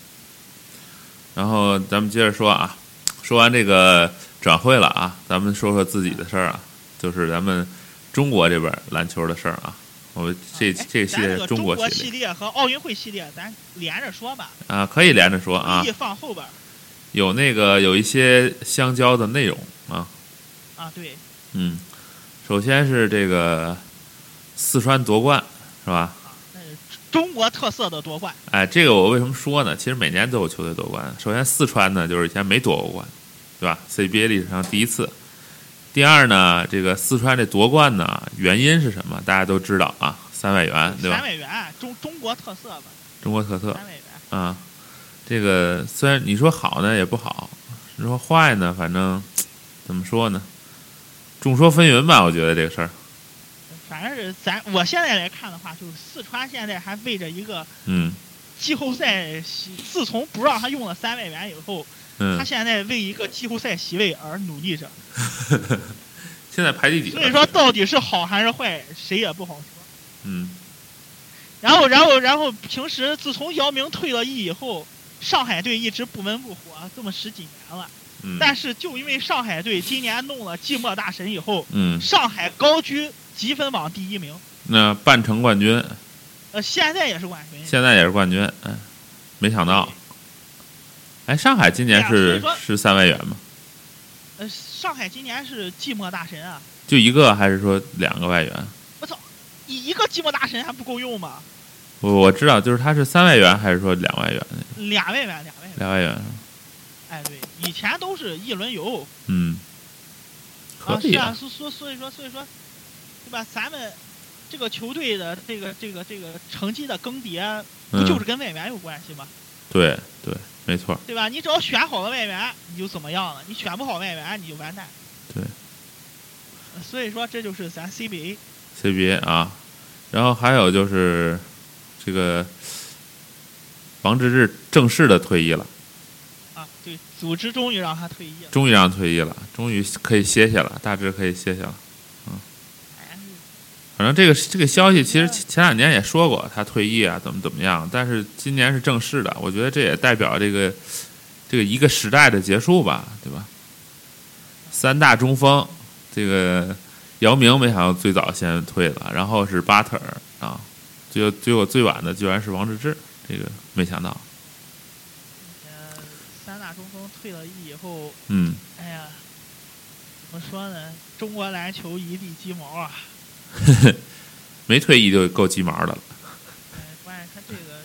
A: 然后咱们接着说啊，说完这个转会了啊，咱们说说自己的事儿啊，就是咱们中国这边儿篮球的事儿啊。我们这
B: 哎
A: 这个系
B: 咱
A: 列
B: 这个
A: 中
B: 中
A: 国系
B: 系
A: 列
B: 列和奥运会系列，咱连着说吧，
A: 啊，可以连着说啊
B: 故意，放后边儿
A: 有那个有一些相交的内容啊，
B: 啊。对，
A: 嗯，首先是这个四川夺冠是吧？
B: 那是中国特色的夺冠，
A: 哎，这个我为什么说呢？其实每年都有球队夺冠。首先，四川呢就是以前没夺过冠，对吧？CBA 历史上第一次。第二呢，这个四川这夺冠呢，原因是什么？大家都知道啊，三百元对
B: 三
A: 吧？
B: 百元，啊中中国特色吧，
A: 中国特色
B: 三百元。
A: 啊。这个虽然你说好呢也不好，你说坏呢，反正怎么说呢？众说纷纭吧，我觉得这个事儿。
B: 反正是咱我现在来看的话，就是四川现在还为着一个
A: 嗯
B: 季后赛席，自从不让他用了三百元以后，
A: 嗯
B: 他，现在为一个季后赛席位而努力着。
A: 现在排第几了？
B: 所以说，到底是好还是坏，谁也不好说。
A: 嗯
B: 然后，然后，然后，平时自从姚明退了役以后，上海队一直不温不火，这么十几年了。
A: 嗯
B: 但是就因为上海队今年弄了寂寞大神以后，
A: 嗯，
B: 上海高居积分榜第一名，
A: 那半程冠军
B: 呃，现在也是冠军。
A: 现在也是冠军，嗯，没想到。哎，上海今年
B: 对
A: 是
B: 啊所以说
A: 是三外援吗？
B: 呃，上海今年是寂寞大神啊！
A: 就一个还是说两个外援？
B: 你一个寂寞大神还不够用吗？
A: 我我知道，就是他是三外援还是说两外援？
B: 俩外援，俩外援。
A: 两外援，
B: 哎，对，以前都是一轮游，
A: 嗯，可以
B: 啊，
A: 啊，
B: 是啊，所所所以说所以说，对吧？咱们这个球队的这个这个这个成绩的更迭，不就
A: 嗯，
B: 是跟外援有关系吗？
A: 对对，没错，
B: 对吧？你只要选好了外援，你就怎么样了？你选不好外援，你就完蛋。
A: 对
B: 呃。所以说，这就是咱 CBA。
A: CBA 啊，然后还有就是这个王治郅正式的退役了，
B: 啊，对，组织终于让他退役了。
A: 终于让他退役了，终于可以歇歇了，大致可以歇歇了。
B: 哎
A: 反正这个这个消息其实
B: 嗯
A: 前前两年也说过他退役啊，怎么怎么样，但是今年是正式的，我觉得这也代表这个这个一个时代的结束吧，对吧？三大中锋，这个姚明没想到最早先退了，然后是巴特尔啊，最后最后最晚的居然是王治郅，这个没想到，
B: 呃，三大中锋退了役以后，
A: 嗯，
B: 哎呀，怎么说呢？中国篮球一地鸡毛啊！
A: 没退役就够鸡毛的了，
B: 哎，关键他这个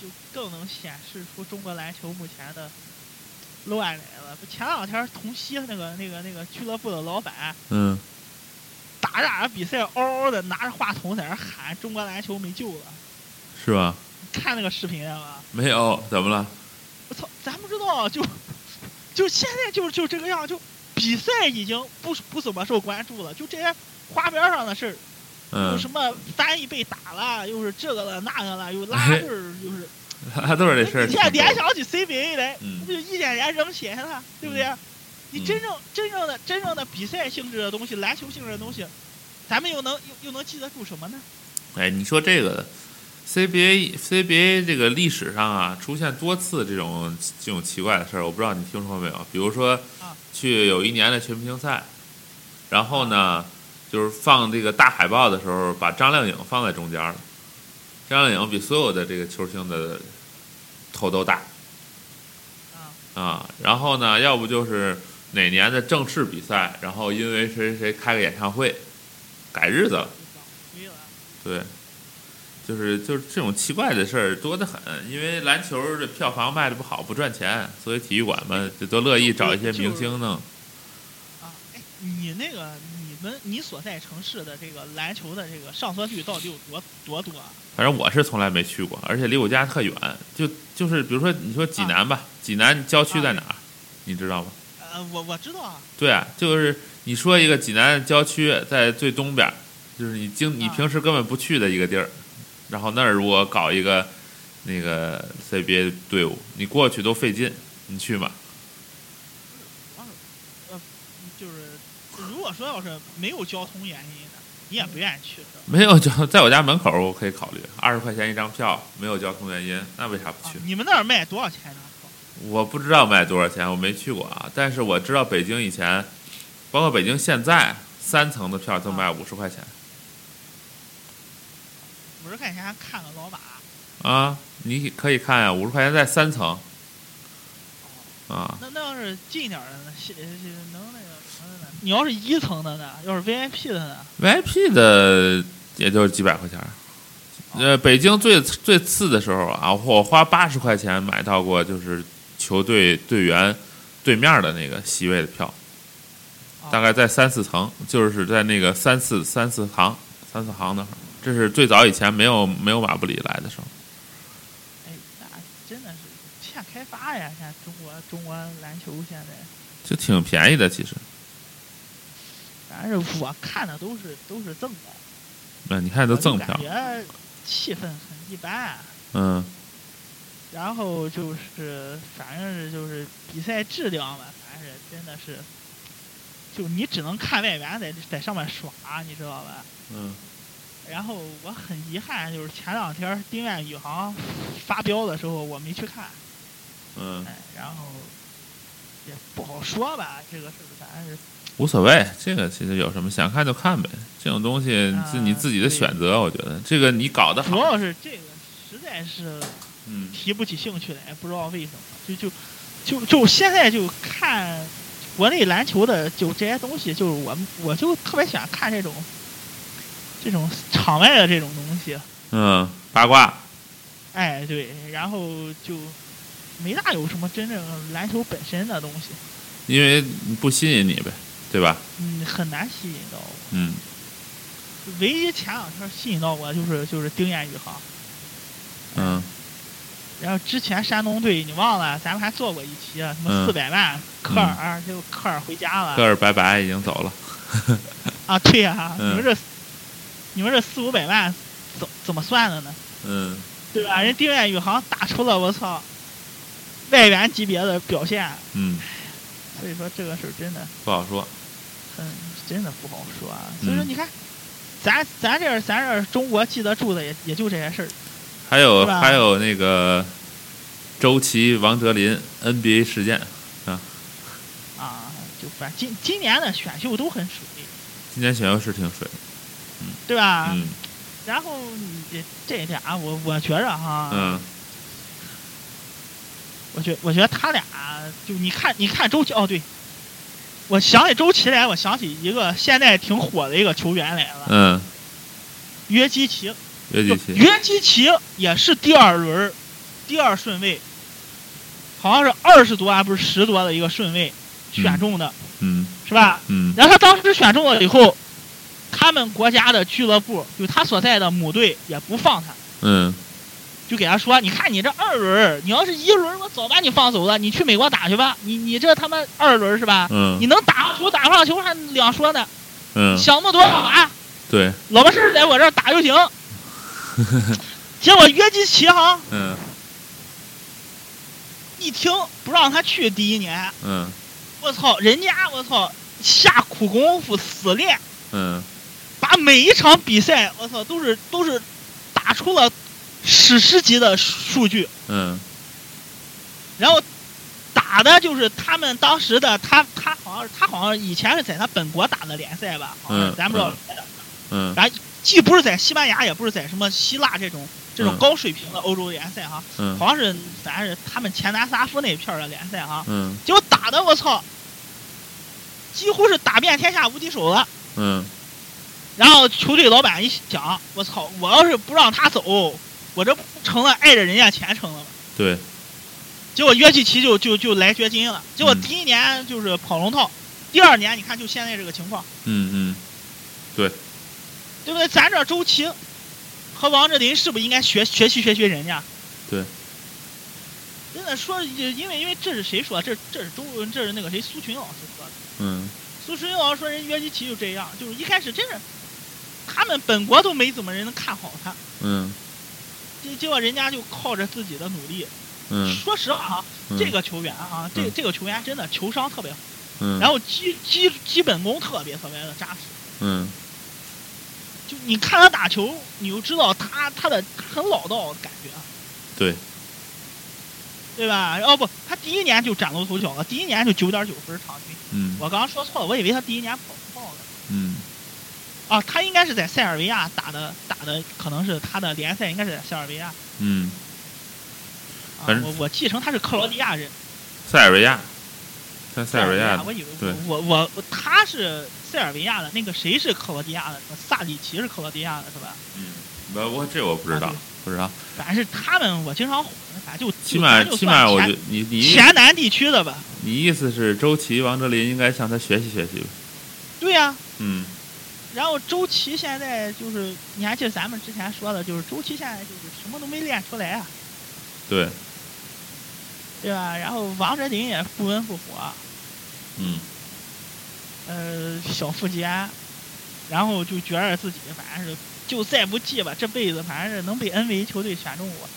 B: 就更能显示出中国篮球目前的乱来了。不前两天同曦那个那个那个俱乐部的老板
A: 嗯，
B: 打着打着比赛，嗷嗷的拿着话筒在那喊：“中国篮球没救了
A: 是吧？！”
B: 看那个视频了吗？
A: 没有，怎么了？
B: 我操，咱不知道，就就现在就就这个样，就比赛已经不不怎么受关注了，就这些花边上的事儿，有
A: 嗯，
B: 什么翻译被打了，又是这个了那个了，又拉
A: 哎
B: 队儿，又是
A: 他都是这事儿
B: 你
A: 挺
B: 现在
A: 多
B: 联
A: 的，
B: 想起 CBA 来，
A: 嗯
B: 不就一点点扔闲了，对不对？啊你真正真正的真正的比赛性质的东西，篮球性质的东西，咱们又能又又能记得住什么呢？
A: 哎，你说这个 CBA CBA 这个历史上啊，出现多次这种这种奇怪的事儿，我不知道你听说过没有？比如说
B: 啊，
A: 去有一年的全明星赛，然后呢，就是放这个大海报的时候，把张靓颖放在中间了。张靓颖比所有的这个球星的头都大
B: 啊，
A: 啊，然后呢，要不就是哪年的正式比赛，然后因为谁谁谁开个演唱会，改日子了。
B: 嗯没有啊了。
A: 对，就是就是这种奇怪的事儿多得很，因为篮球的票房卖的不好，不赚钱，所以体育馆嘛就都乐意找一些明星弄。
B: 啊，哎，你那个你们你所在城市的这个篮球的这个上座率到底有多多多啊？
A: 反正我是从来没去过，而且离我家特远，就就是比如说你说济南吧，济南郊区在哪儿，你知道吗？
B: 呃，我我知道啊，
A: 对啊，就是你说一个济南郊区在最东边儿，就是你经你
B: 啊
A: 平时根本不去的一个地儿，然后那儿如果搞一个那个 CBA 队伍，你过去都费劲，你去吗？
B: 就是如果说要是没有交通原因的，你也不愿意去是吧？
A: 没有交，在我家门口我可以考虑，二十块钱一张票，没有交通原因，那为啥不
B: 啊
A: 去？，
B: 你们那儿卖多少钱一张票？
A: 我不知道卖多少钱，我没去过啊，但是我知道北京以前，包括北京现在，三层的票就卖五十块钱
B: 五十块钱看个老马，
A: 啊，你可以看呀、五十块钱在三层啊，
B: 那那要是近点儿的呢，是是能那个什么的呢？你要是一层的呢，要是 VIP 的呢？
A: VIP 的也就是几百块钱儿。呃，北京最最次的时候啊，我花八十块钱买到过就是球队队员对面的那个席位的票，
B: 啊、
A: 大概在三四层，就是在那个三四三四行三四行那会儿。这是最早以前没有没有马布里来的时候。
B: 哎，那真的是欠开发呀！现在中国中国篮球现在。
A: 就挺便宜的，其实。
B: 反正我看的都是都是赠的，
A: 嗯，你看都
B: 我就
A: 赠票
B: 感，觉气氛很一般。
A: 嗯
B: 然后就是，反正是就是比赛质量吧，反正是真的是，就你只能看外援在在上面耍，你知道吧？
A: 嗯
B: 然后我很遗憾，就是前两天丁彦雨航发飙的时候我没去看，
A: 嗯，
B: 哎，然后也不好说吧，这个事儿反正是
A: 无所谓，这个其实有什么想看就看呗，这种东西是你自己的选择，我觉得这个你搞得
B: 主
A: 好，
B: 要是这个实在是
A: 嗯
B: 提不起兴趣来，不知道为什么，就就就就现在就看国内篮球的就这些东西，就是我我就特别喜欢看这种这种场外的这种东西，
A: 嗯，八卦，
B: 哎对，然后就没大有什么真正篮球本身的东西，
A: 因为不吸引你呗，对吧？
B: 嗯，很难吸引到我。
A: 嗯，
B: 唯一前两天吸引到我的就是就是丁彦雨航，
A: 嗯，
B: 然后之前山东队你忘了，咱们还做过一期啊，什么
A: 嗯
B: 四百万、科尔，结果科尔回家了
A: 戈尔拜拜已经走了，
B: 啊，对呀、啊，
A: 嗯
B: 你们这你们这四五百万怎怎么算的呢？
A: 嗯
B: 对吧？人丁彦雨航打出了我操外援级别的表现，
A: 嗯，
B: 所以说这个事儿真的
A: 不好说，
B: 很真的不好说啊。所以说
A: 嗯
B: 你看，咱咱这儿咱这儿中国记得住的也也就这些事儿，
A: 还有
B: 是吧
A: 还有那个周琦、王哲林 NBA 事件，
B: 啊，就反正今今年的选秀都很水，
A: 今年选秀是挺水的，
B: 对吧？
A: 嗯
B: 然后你这俩，我我觉着哈，
A: 嗯
B: 我觉我觉得他俩就你看你看周琦哦对，我想起周琦来，我想起一个现在挺火的一个球员来了，
A: 嗯，
B: 约基奇，
A: 约基奇，
B: 约基奇也是第二轮第二顺位，好像是二十多还不是十多的一个顺位选中的、
A: 嗯
B: 是吧？
A: 嗯
B: 然后他当时选中了以后，他们国家的俱乐部就他所在的母队也不放他。
A: 嗯
B: 就给他说，你看你这二轮儿，你要是一轮儿，我早把你放走了，你去美国打去吧。你你这他妈二轮儿是吧？你
A: 嗯
B: 能打上球打不上球还两说呢，
A: 嗯，
B: 想那么多干嘛？
A: 对，
B: 老没事儿来我这儿打就行。结果约基奇哈
A: 嗯
B: 一听不让他去第一年，
A: 嗯
B: 我操，人家我操下苦功夫死练，
A: 嗯
B: 把每一场比赛我操都是都是打出了史诗级的数据。
A: 嗯
B: 然后打的就是他们当时的他，他好像是他好像以前是在他本国打的联赛吧，好像是
A: 嗯
B: 咱不知道
A: 嗯，嗯
B: 既不是在西班牙，也不是在什么希腊这种这种
A: 嗯
B: 高水平的欧洲联赛哈，
A: 嗯
B: 好像是反正是他们前南萨夫那片儿的联赛哈，
A: 嗯
B: 结果打的我操，几乎是打遍天下无敌手了。
A: 嗯
B: 然后球队老板一想，我操，我要是不让他走，我这不成了碍着人家前程了吗？
A: 对，
B: 结果约基奇就就就来掘金了。结果
A: 嗯
B: 第一年就是跑龙套，第二年你看就现在这个情况，
A: 嗯嗯
B: 对不对？咱这周琦和王哲林是不是应该学学习学习人家？
A: 对。
B: 真的说，因为因为这是谁说的？啊这这是周，这是那个谁苏群老师说的。
A: 嗯
B: 苏群老师说人约基奇就这样，就是一开始真是他们本国都没怎么人能看好他，
A: 嗯
B: 结结果人家就靠着自己的努力。
A: 嗯
B: 说实话啊，
A: 嗯，
B: 这个球员啊，这
A: 嗯
B: 这个球员真的球商特别好。
A: 嗯，
B: 然后基基基本功特别特别的扎实。
A: 嗯
B: 就你看他打球，你就知道他他的很老道的感觉，啊
A: 对，
B: 对吧？哦不，他第一年就崭露头角了，第一年就九点九分场均。
A: 嗯
B: 我刚刚说错了，我以为他第一年跑不爆了。
A: 嗯
B: 啊，他应该是在塞尔维亚打的，打的可能是他的联赛应该是在塞尔维亚。
A: 嗯，
B: 啊
A: 反，正
B: 我我继承他是克罗地亚人，
A: 塞尔维亚，在塞尔维亚嗯
B: 我以为
A: 对
B: 我我我他是塞尔维亚的，那个谁是克罗地亚的？什么萨里奇是克罗地亚的是吧？
A: 嗯，我我这我不知道，不知道，
B: 反正是他们，我经常混，反啊正就
A: 起码
B: 就咱就
A: 起码
B: 算
A: 我
B: 前
A: 觉你你
B: 黔南地区的吧？
A: 你意思是周琦、王哲林应该向他学习学习吧？
B: 对呀、
A: 嗯
B: 然后周琦现在就是，你还记得咱们之前说的，就是周琦现在就是什么都没练出来啊，
A: 对，
B: 对吧？然后王哲林也不温不火，
A: 嗯
B: 呃，小富即安，然后就觉着自己反正是就再不济吧，这辈子反正是能被 NBA 球队选中我，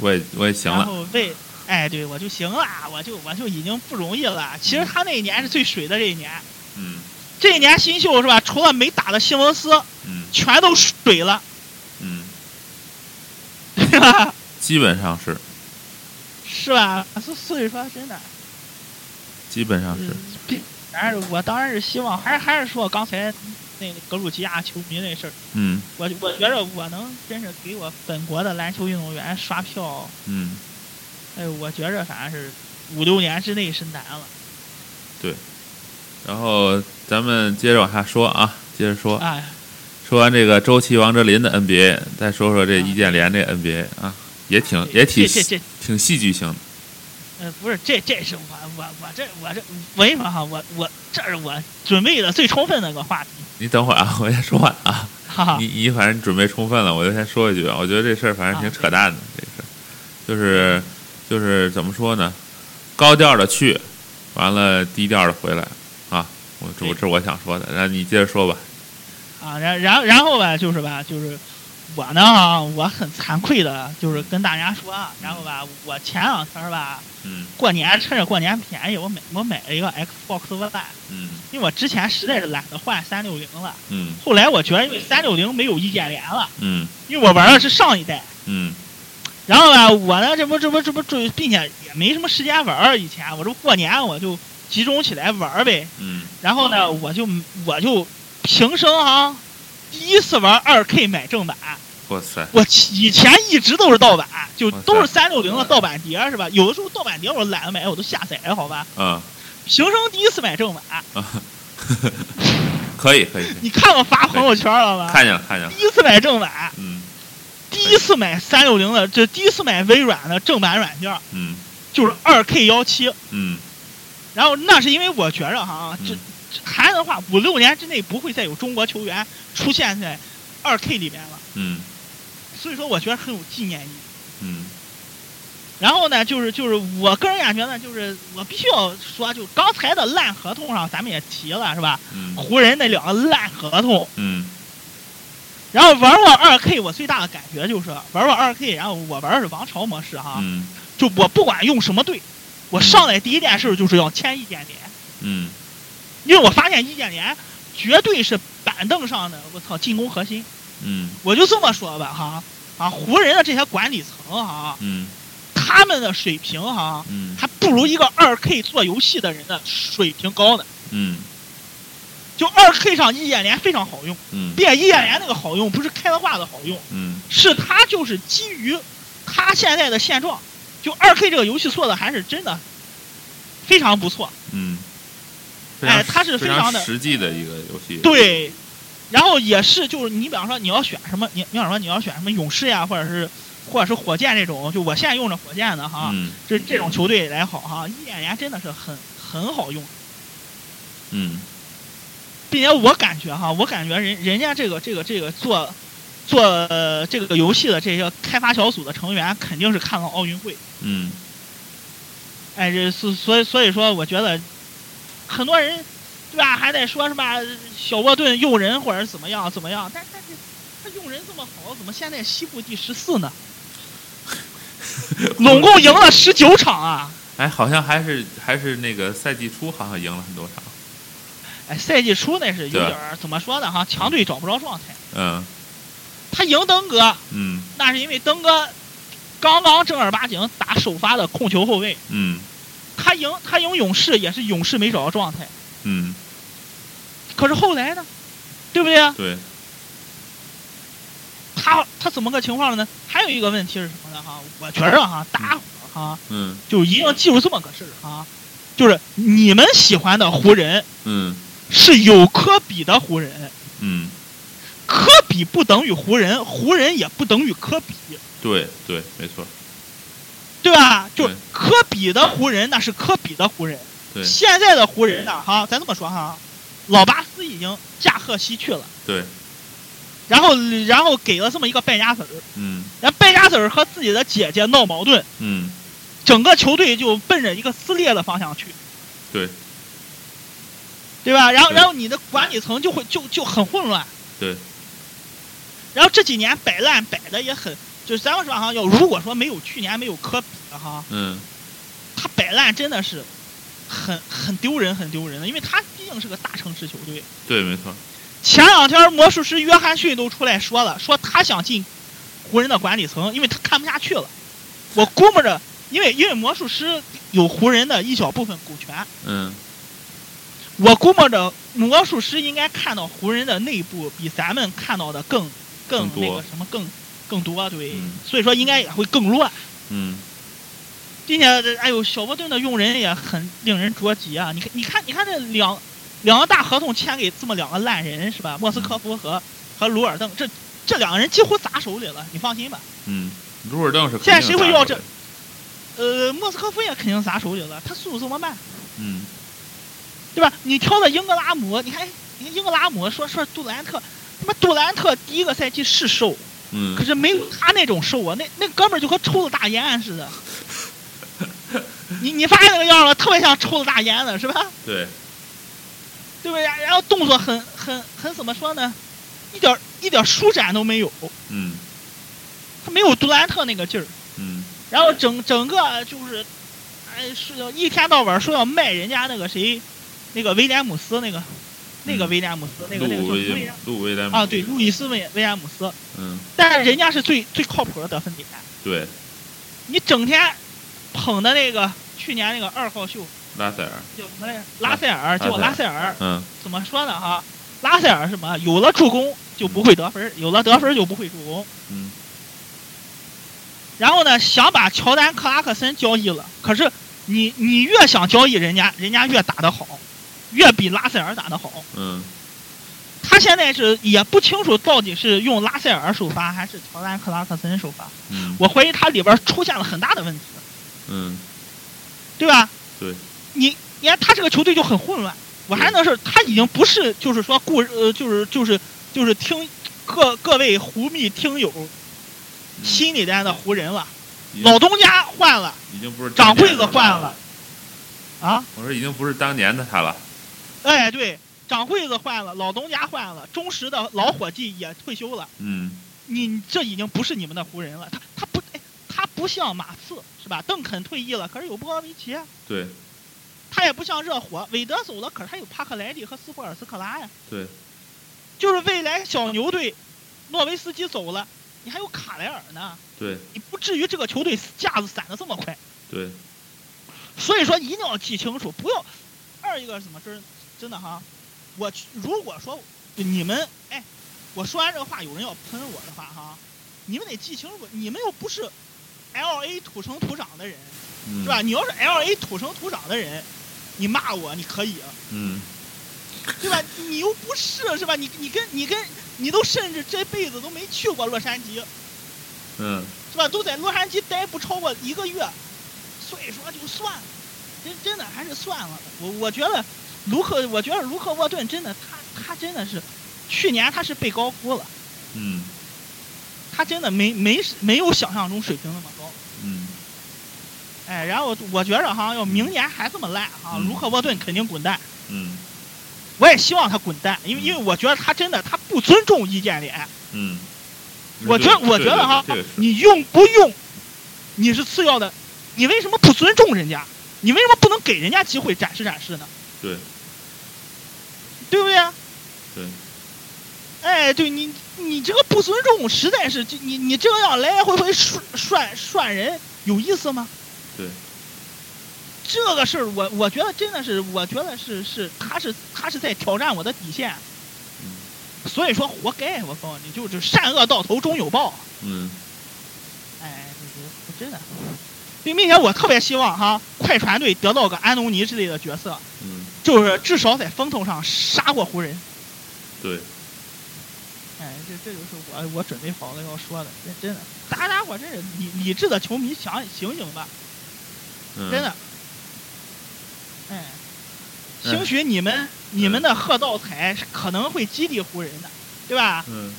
A: 我也我也行
B: 然
A: 了，
B: 后为，哎，对我就行了，我就我就已经不容易了。其实他那一年是最水的这一年，
A: 嗯
B: 这一年新秀是吧？除了没打的西蒙斯，
A: 嗯
B: 全都水了，
A: 嗯，
B: 对吧？
A: 基本上是
B: 是吧？所所以说，真的，
A: 基本上是
B: 嗯，并反正我当然是希望，还是还是说刚才那个格鲁吉亚球迷那事儿，
A: 嗯
B: 我我觉着我能真是给我本国的篮球运动员刷票，
A: 嗯，
B: 哎，我觉着反正是五六年之内是难了
A: 然后咱们接着往下说啊，接着说，
B: 哎，
A: 说完这个周琦、王哲林的 NBA，再说说这易建联这 NBA 啊，也挺也挺
B: 这这这
A: 挺戏剧性的，
B: 呃，不是，这这是我我我这我这我跟你说哈，我我这是我准备的最充分的一个话题，
A: 你等会儿啊，我先说完啊。
B: 哈哈
A: 你。你反正准备充分了，我就先说一句啊，我觉得这事儿反正挺扯淡的，这事儿就是就是怎么说呢，高调的去，完了低调的回来啊，我这我
B: 对
A: 这我想说的，然后你接着说吧，
B: 啊，然然然后吧，就是吧，就是我呢，我很惭愧的，就是跟大家说啊，然后吧，我前两天吧，
A: 嗯
B: 过年趁着过年便宜，我买我买了一个 Xbox One，
A: 嗯
B: 因为我之前实在是懒得换三六零了，
A: 嗯
B: 后来我觉得因为三六零没有易建联了，
A: 嗯
B: 因为我玩的是上一代。
A: 嗯
B: 然后吧，我呢，这不这不这不这，并且也没什么时间玩儿。以前我这不过年我就集中起来玩儿呗，
A: 嗯
B: 然后呢，我就我就平生啊，第一次玩二 K 买正版。
A: 哇塞，
B: 我以前一直都是盗版，就
A: 哇塞
B: 都是三六零的盗版碟是吧？有的时候盗版碟我懒得买，我都下载了，好吧？
A: 嗯
B: 平生第一次买正版，
A: 啊， 可以可以，可以
B: 你看我发朋友圈了吧？
A: 看见了看见了
B: 第，一次买正版，
A: 嗯
B: 第一次买三六零的，这第一次买微软的正版软件
A: 嗯
B: 就是二 K 幺七，
A: 嗯
B: 然后那是因为我觉着哈，啊这
A: 嗯
B: 这韩的话五六年之内不会再有中国球员出现在二 K 里边了，
A: 嗯
B: 所以说我觉得很有纪念意义。
A: 嗯
B: 然后呢，就是就是我个人感觉呢，就是我必须要说，就刚才的烂合同上，咱们也提了是吧？
A: 嗯
B: 湖人那两个烂合同，
A: 嗯
B: 然后玩过二 K，我最大的感觉就是玩过二 K，然后我玩的是王朝模式哈，
A: 嗯
B: 就我不管用什么队，我上来第一件事就是要签易建联，
A: 嗯，
B: 因为我发现易建联绝对是板凳上的我操进攻核心，
A: 嗯
B: 我就这么说吧哈啊，湖人的这些管理层哈，
A: 嗯
B: 他们的水平哈。
A: 嗯
B: 还不如一个二 K 做游戏的人的水平高呢。
A: 嗯
B: 就二 K 上易建联非常好用，
A: 嗯
B: 并且易建联那个好用不是开了挂的好用，
A: 嗯
B: 是他就是基于他现在的现状，就二 K 这个游戏做的还是真的非常不错。
A: 嗯，非常
B: 哎，他是
A: 非
B: 非常的
A: 实际的一个游戏。，
B: 对，然后也是就是你比方说你要选什么，你你想说你要选什么勇士呀，或者是或者是火箭这种，就我现在用着火箭的哈，
A: 嗯
B: 这这种球队来好哈，易建联真的是很很好用。
A: 嗯
B: 并且我感觉哈，我感觉人人家这个这个这个做做呃这个游戏的这些开发小组的成员，肯定是看到奥运会，
A: 嗯
B: 哎，这所所以所以说，我觉得很多人对吧，还在说什么小沃顿用人或者怎么样怎么样，但但是他用人这么好，怎么现在西部第十四呢？总共赢了十九场啊！
A: 哎，好像还是还是那个赛季初，好像赢了很多场。
B: 哎，赛季初那是有
A: 对
B: 点儿怎么说呢哈，强队找不着状态。
A: 嗯
B: 他赢登哥，
A: 嗯
B: 那是因为登哥刚刚正儿八经打首发的控球后卫，
A: 嗯
B: 他赢他赢勇士也是勇士没找到状态，
A: 嗯，
B: 可是后来呢，对不对啊？
A: 对，
B: 他他怎么个情况了呢？还有一个问题是什么呢？哈，我觉着哈，大伙儿哈
A: 嗯
B: 就一定要记住这么个事儿哈，就是你们喜欢的湖人
A: 嗯
B: 是有科比的湖人，
A: 嗯，
B: 科比不等于湖人，湖人也不等于科比。
A: 对对，没错，
B: 对吧？就
A: 对
B: 科比的湖人那是科比的湖人，
A: 对
B: 现在的湖人呢，哈，咱这么说哈，老巴斯已经驾鹤西去了，
A: 对，
B: 然后然后给了这么一个败家子儿，
A: 嗯
B: 然后败家子儿和自己的姐姐闹矛盾，
A: 嗯
B: 整个球队就奔着一个撕裂的方向去，
A: 对
B: 对吧？然后
A: 对
B: 然后你的管理层就会就就很混乱，
A: 对，
B: 然后这几年摆烂摆的也很，就是咱们说哈，要如果说没有去年没有科比的哈，
A: 嗯
B: 他摆烂真的是很很丢人，很丢人的，因为他毕竟是个大城市球队。
A: 对，没错，
B: 前两天魔术师约翰逊都出来说了，说他想进湖人的管理层，因为他看不下去了。我估摸着因为因为魔术师有湖人的一小部分股权，
A: 嗯
B: 我估摸着魔术师应该看到湖人的内部比咱们看到的更
A: 更
B: 更
A: 多
B: 那个什么更更多，对，
A: 嗯
B: 所以说应该也会更乱，
A: 嗯
B: 并且这哎呦，小波顿的用人也很令人着急啊！你看，你看，你看这两两个大合同签给这么两个烂人是吧？莫斯科夫和和鲁尔邓，这这两个人几乎砸手里了，你放心吧。
A: 嗯，鲁尔邓是肯定
B: 现在谁会
A: 大
B: 要
A: 手
B: 这
A: 的？
B: 呃，莫斯科夫也肯定砸手里了，他速度这么慢，
A: 嗯
B: 对吧？你挑的英格拉姆，你看，你看英格拉姆说说杜兰特，他妈杜兰特第一个赛季是瘦，
A: 嗯，
B: 可是没有他那种瘦啊，那那哥们儿就和抽了大烟似的。 你你发现那个样儿了，特别像抽了大烟了，是吧？
A: 对，
B: 对不对？然后动作很很很怎么说呢？一点一点舒展都没有，
A: 嗯
B: 他没有杜兰特那个劲儿。
A: 嗯
B: 然后整整个就是，哎，是要一天到晚说要卖人家那个谁，那个威廉姆斯那个，那个威廉姆斯那个那个
A: 路
B: 叫什
A: 威
B: 么嗯威
A: 路威廉姆
B: 啊，对，路易斯威威廉姆斯，
A: 嗯
B: 但是人家是最最靠谱的得分点。
A: 对，
B: 你整天捧的那个去年那个二号秀
A: 拉塞尔
B: 叫什么来着？拉塞尔，结果拉塞尔
A: 嗯
B: 怎么说呢哈？拉塞尔是什么？有了助攻就不会得分，有了得分就不会助攻。
A: 嗯
B: 然后呢，想把乔丹、克拉克森交易了，可是你你越想交易人家，人家越打得好，越比拉塞尔打得好。
A: 嗯
B: 他现在是也不清楚到底是用拉塞尔首发还是乔丹、克拉克森首发，
A: 嗯
B: 我怀疑他里边出现了很大的问题，
A: 嗯
B: 对吧？
A: 对，
B: 你你看他这个球队就很混乱。我还能是，他已经不是就是说顾呃就是就是就是听各各位湖迷听友
A: 嗯
B: 心里边的湖人了，
A: 已经
B: 老东家换了，
A: 已经不是
B: 掌
A: 当年
B: 柜子
A: 的他
B: 换了，啊。
A: 我说已经不是当年的他了，
B: 哎，对，掌柜的换了，老东家换了，忠实的老伙计也退休了，
A: 嗯
B: 你你这已经不是你们的湖人了。他他不，哎他不像马刺是吧？邓肯退役了，可是有波波维奇啊；
A: 对
B: 他也不像热火，韦德走了，可是他有帕克莱利和斯库尔斯克拉呀。
A: 对，
B: 就是未来小牛队，诺维斯基走了，你还有卡莱尔呢，
A: 对
B: 你不至于这个球队架子散的这么快。
A: 对，
B: 所以说一定要记清楚，不要。二一个是什么，就是真的哈，我去如果说你们，哎，我说完这个话，有人要喷我的话哈，你们得记清楚，你们又不是 L A 土生土长的人，
A: 嗯
B: 是吧？你要是 L A 土生土长的人，你骂我你可以，啊
A: 嗯
B: 对吧？你又不是，是吧？你你跟你跟你都甚至这辈子都没去过洛杉矶，
A: 嗯
B: 是吧？都在洛杉矶待不超过一个月，所以说就算了，真真的还是算了。我我觉得卢克，我觉得卢克沃顿真的，他他真的是，去年他是被高估了，
A: 嗯
B: 他真的没没没有想象中水平那么高。
A: 嗯
B: 哎，然后我觉着哈，要明年还这么烂哈，
A: 嗯
B: 卢克沃顿肯定滚蛋。
A: 嗯
B: 我也希望他滚蛋，因
A: 嗯
B: 为因为我觉得他真的他不尊重易建联。
A: 嗯，
B: 我觉得
A: 对
B: 我
A: 对
B: 觉得
A: 对
B: 哈
A: 这个是
B: 你用不用，你是次要的，你为什么不尊重人家？你为什么不能给人家机会展示展示呢？
A: 对，
B: 对不对啊？
A: 对，
B: 哎，对你你这个不尊重，实在是就你你这样来来回回涮涮涮人，有意思吗？
A: 对，
B: 这个事儿我我觉得真的是，我觉得是是他是他是在挑战我的底线，
A: 嗯
B: 所以说活该，我告诉你，就是善恶到头终有报。
A: 嗯
B: 哎，这这真的。并并且我特别希望哈，快船队得到个安东尼之类的角色，
A: 嗯
B: 就是至少在风头上杀过湖人。
A: 对，
B: 哎，这这就是我我准备好了要说的，这真的，打打火，真是理理智的球迷想醒醒吧，
A: 嗯
B: 真的。哎，
A: 嗯
B: 兴许你们、你们的贺道才可能会激励湖人的，对吧？
A: 嗯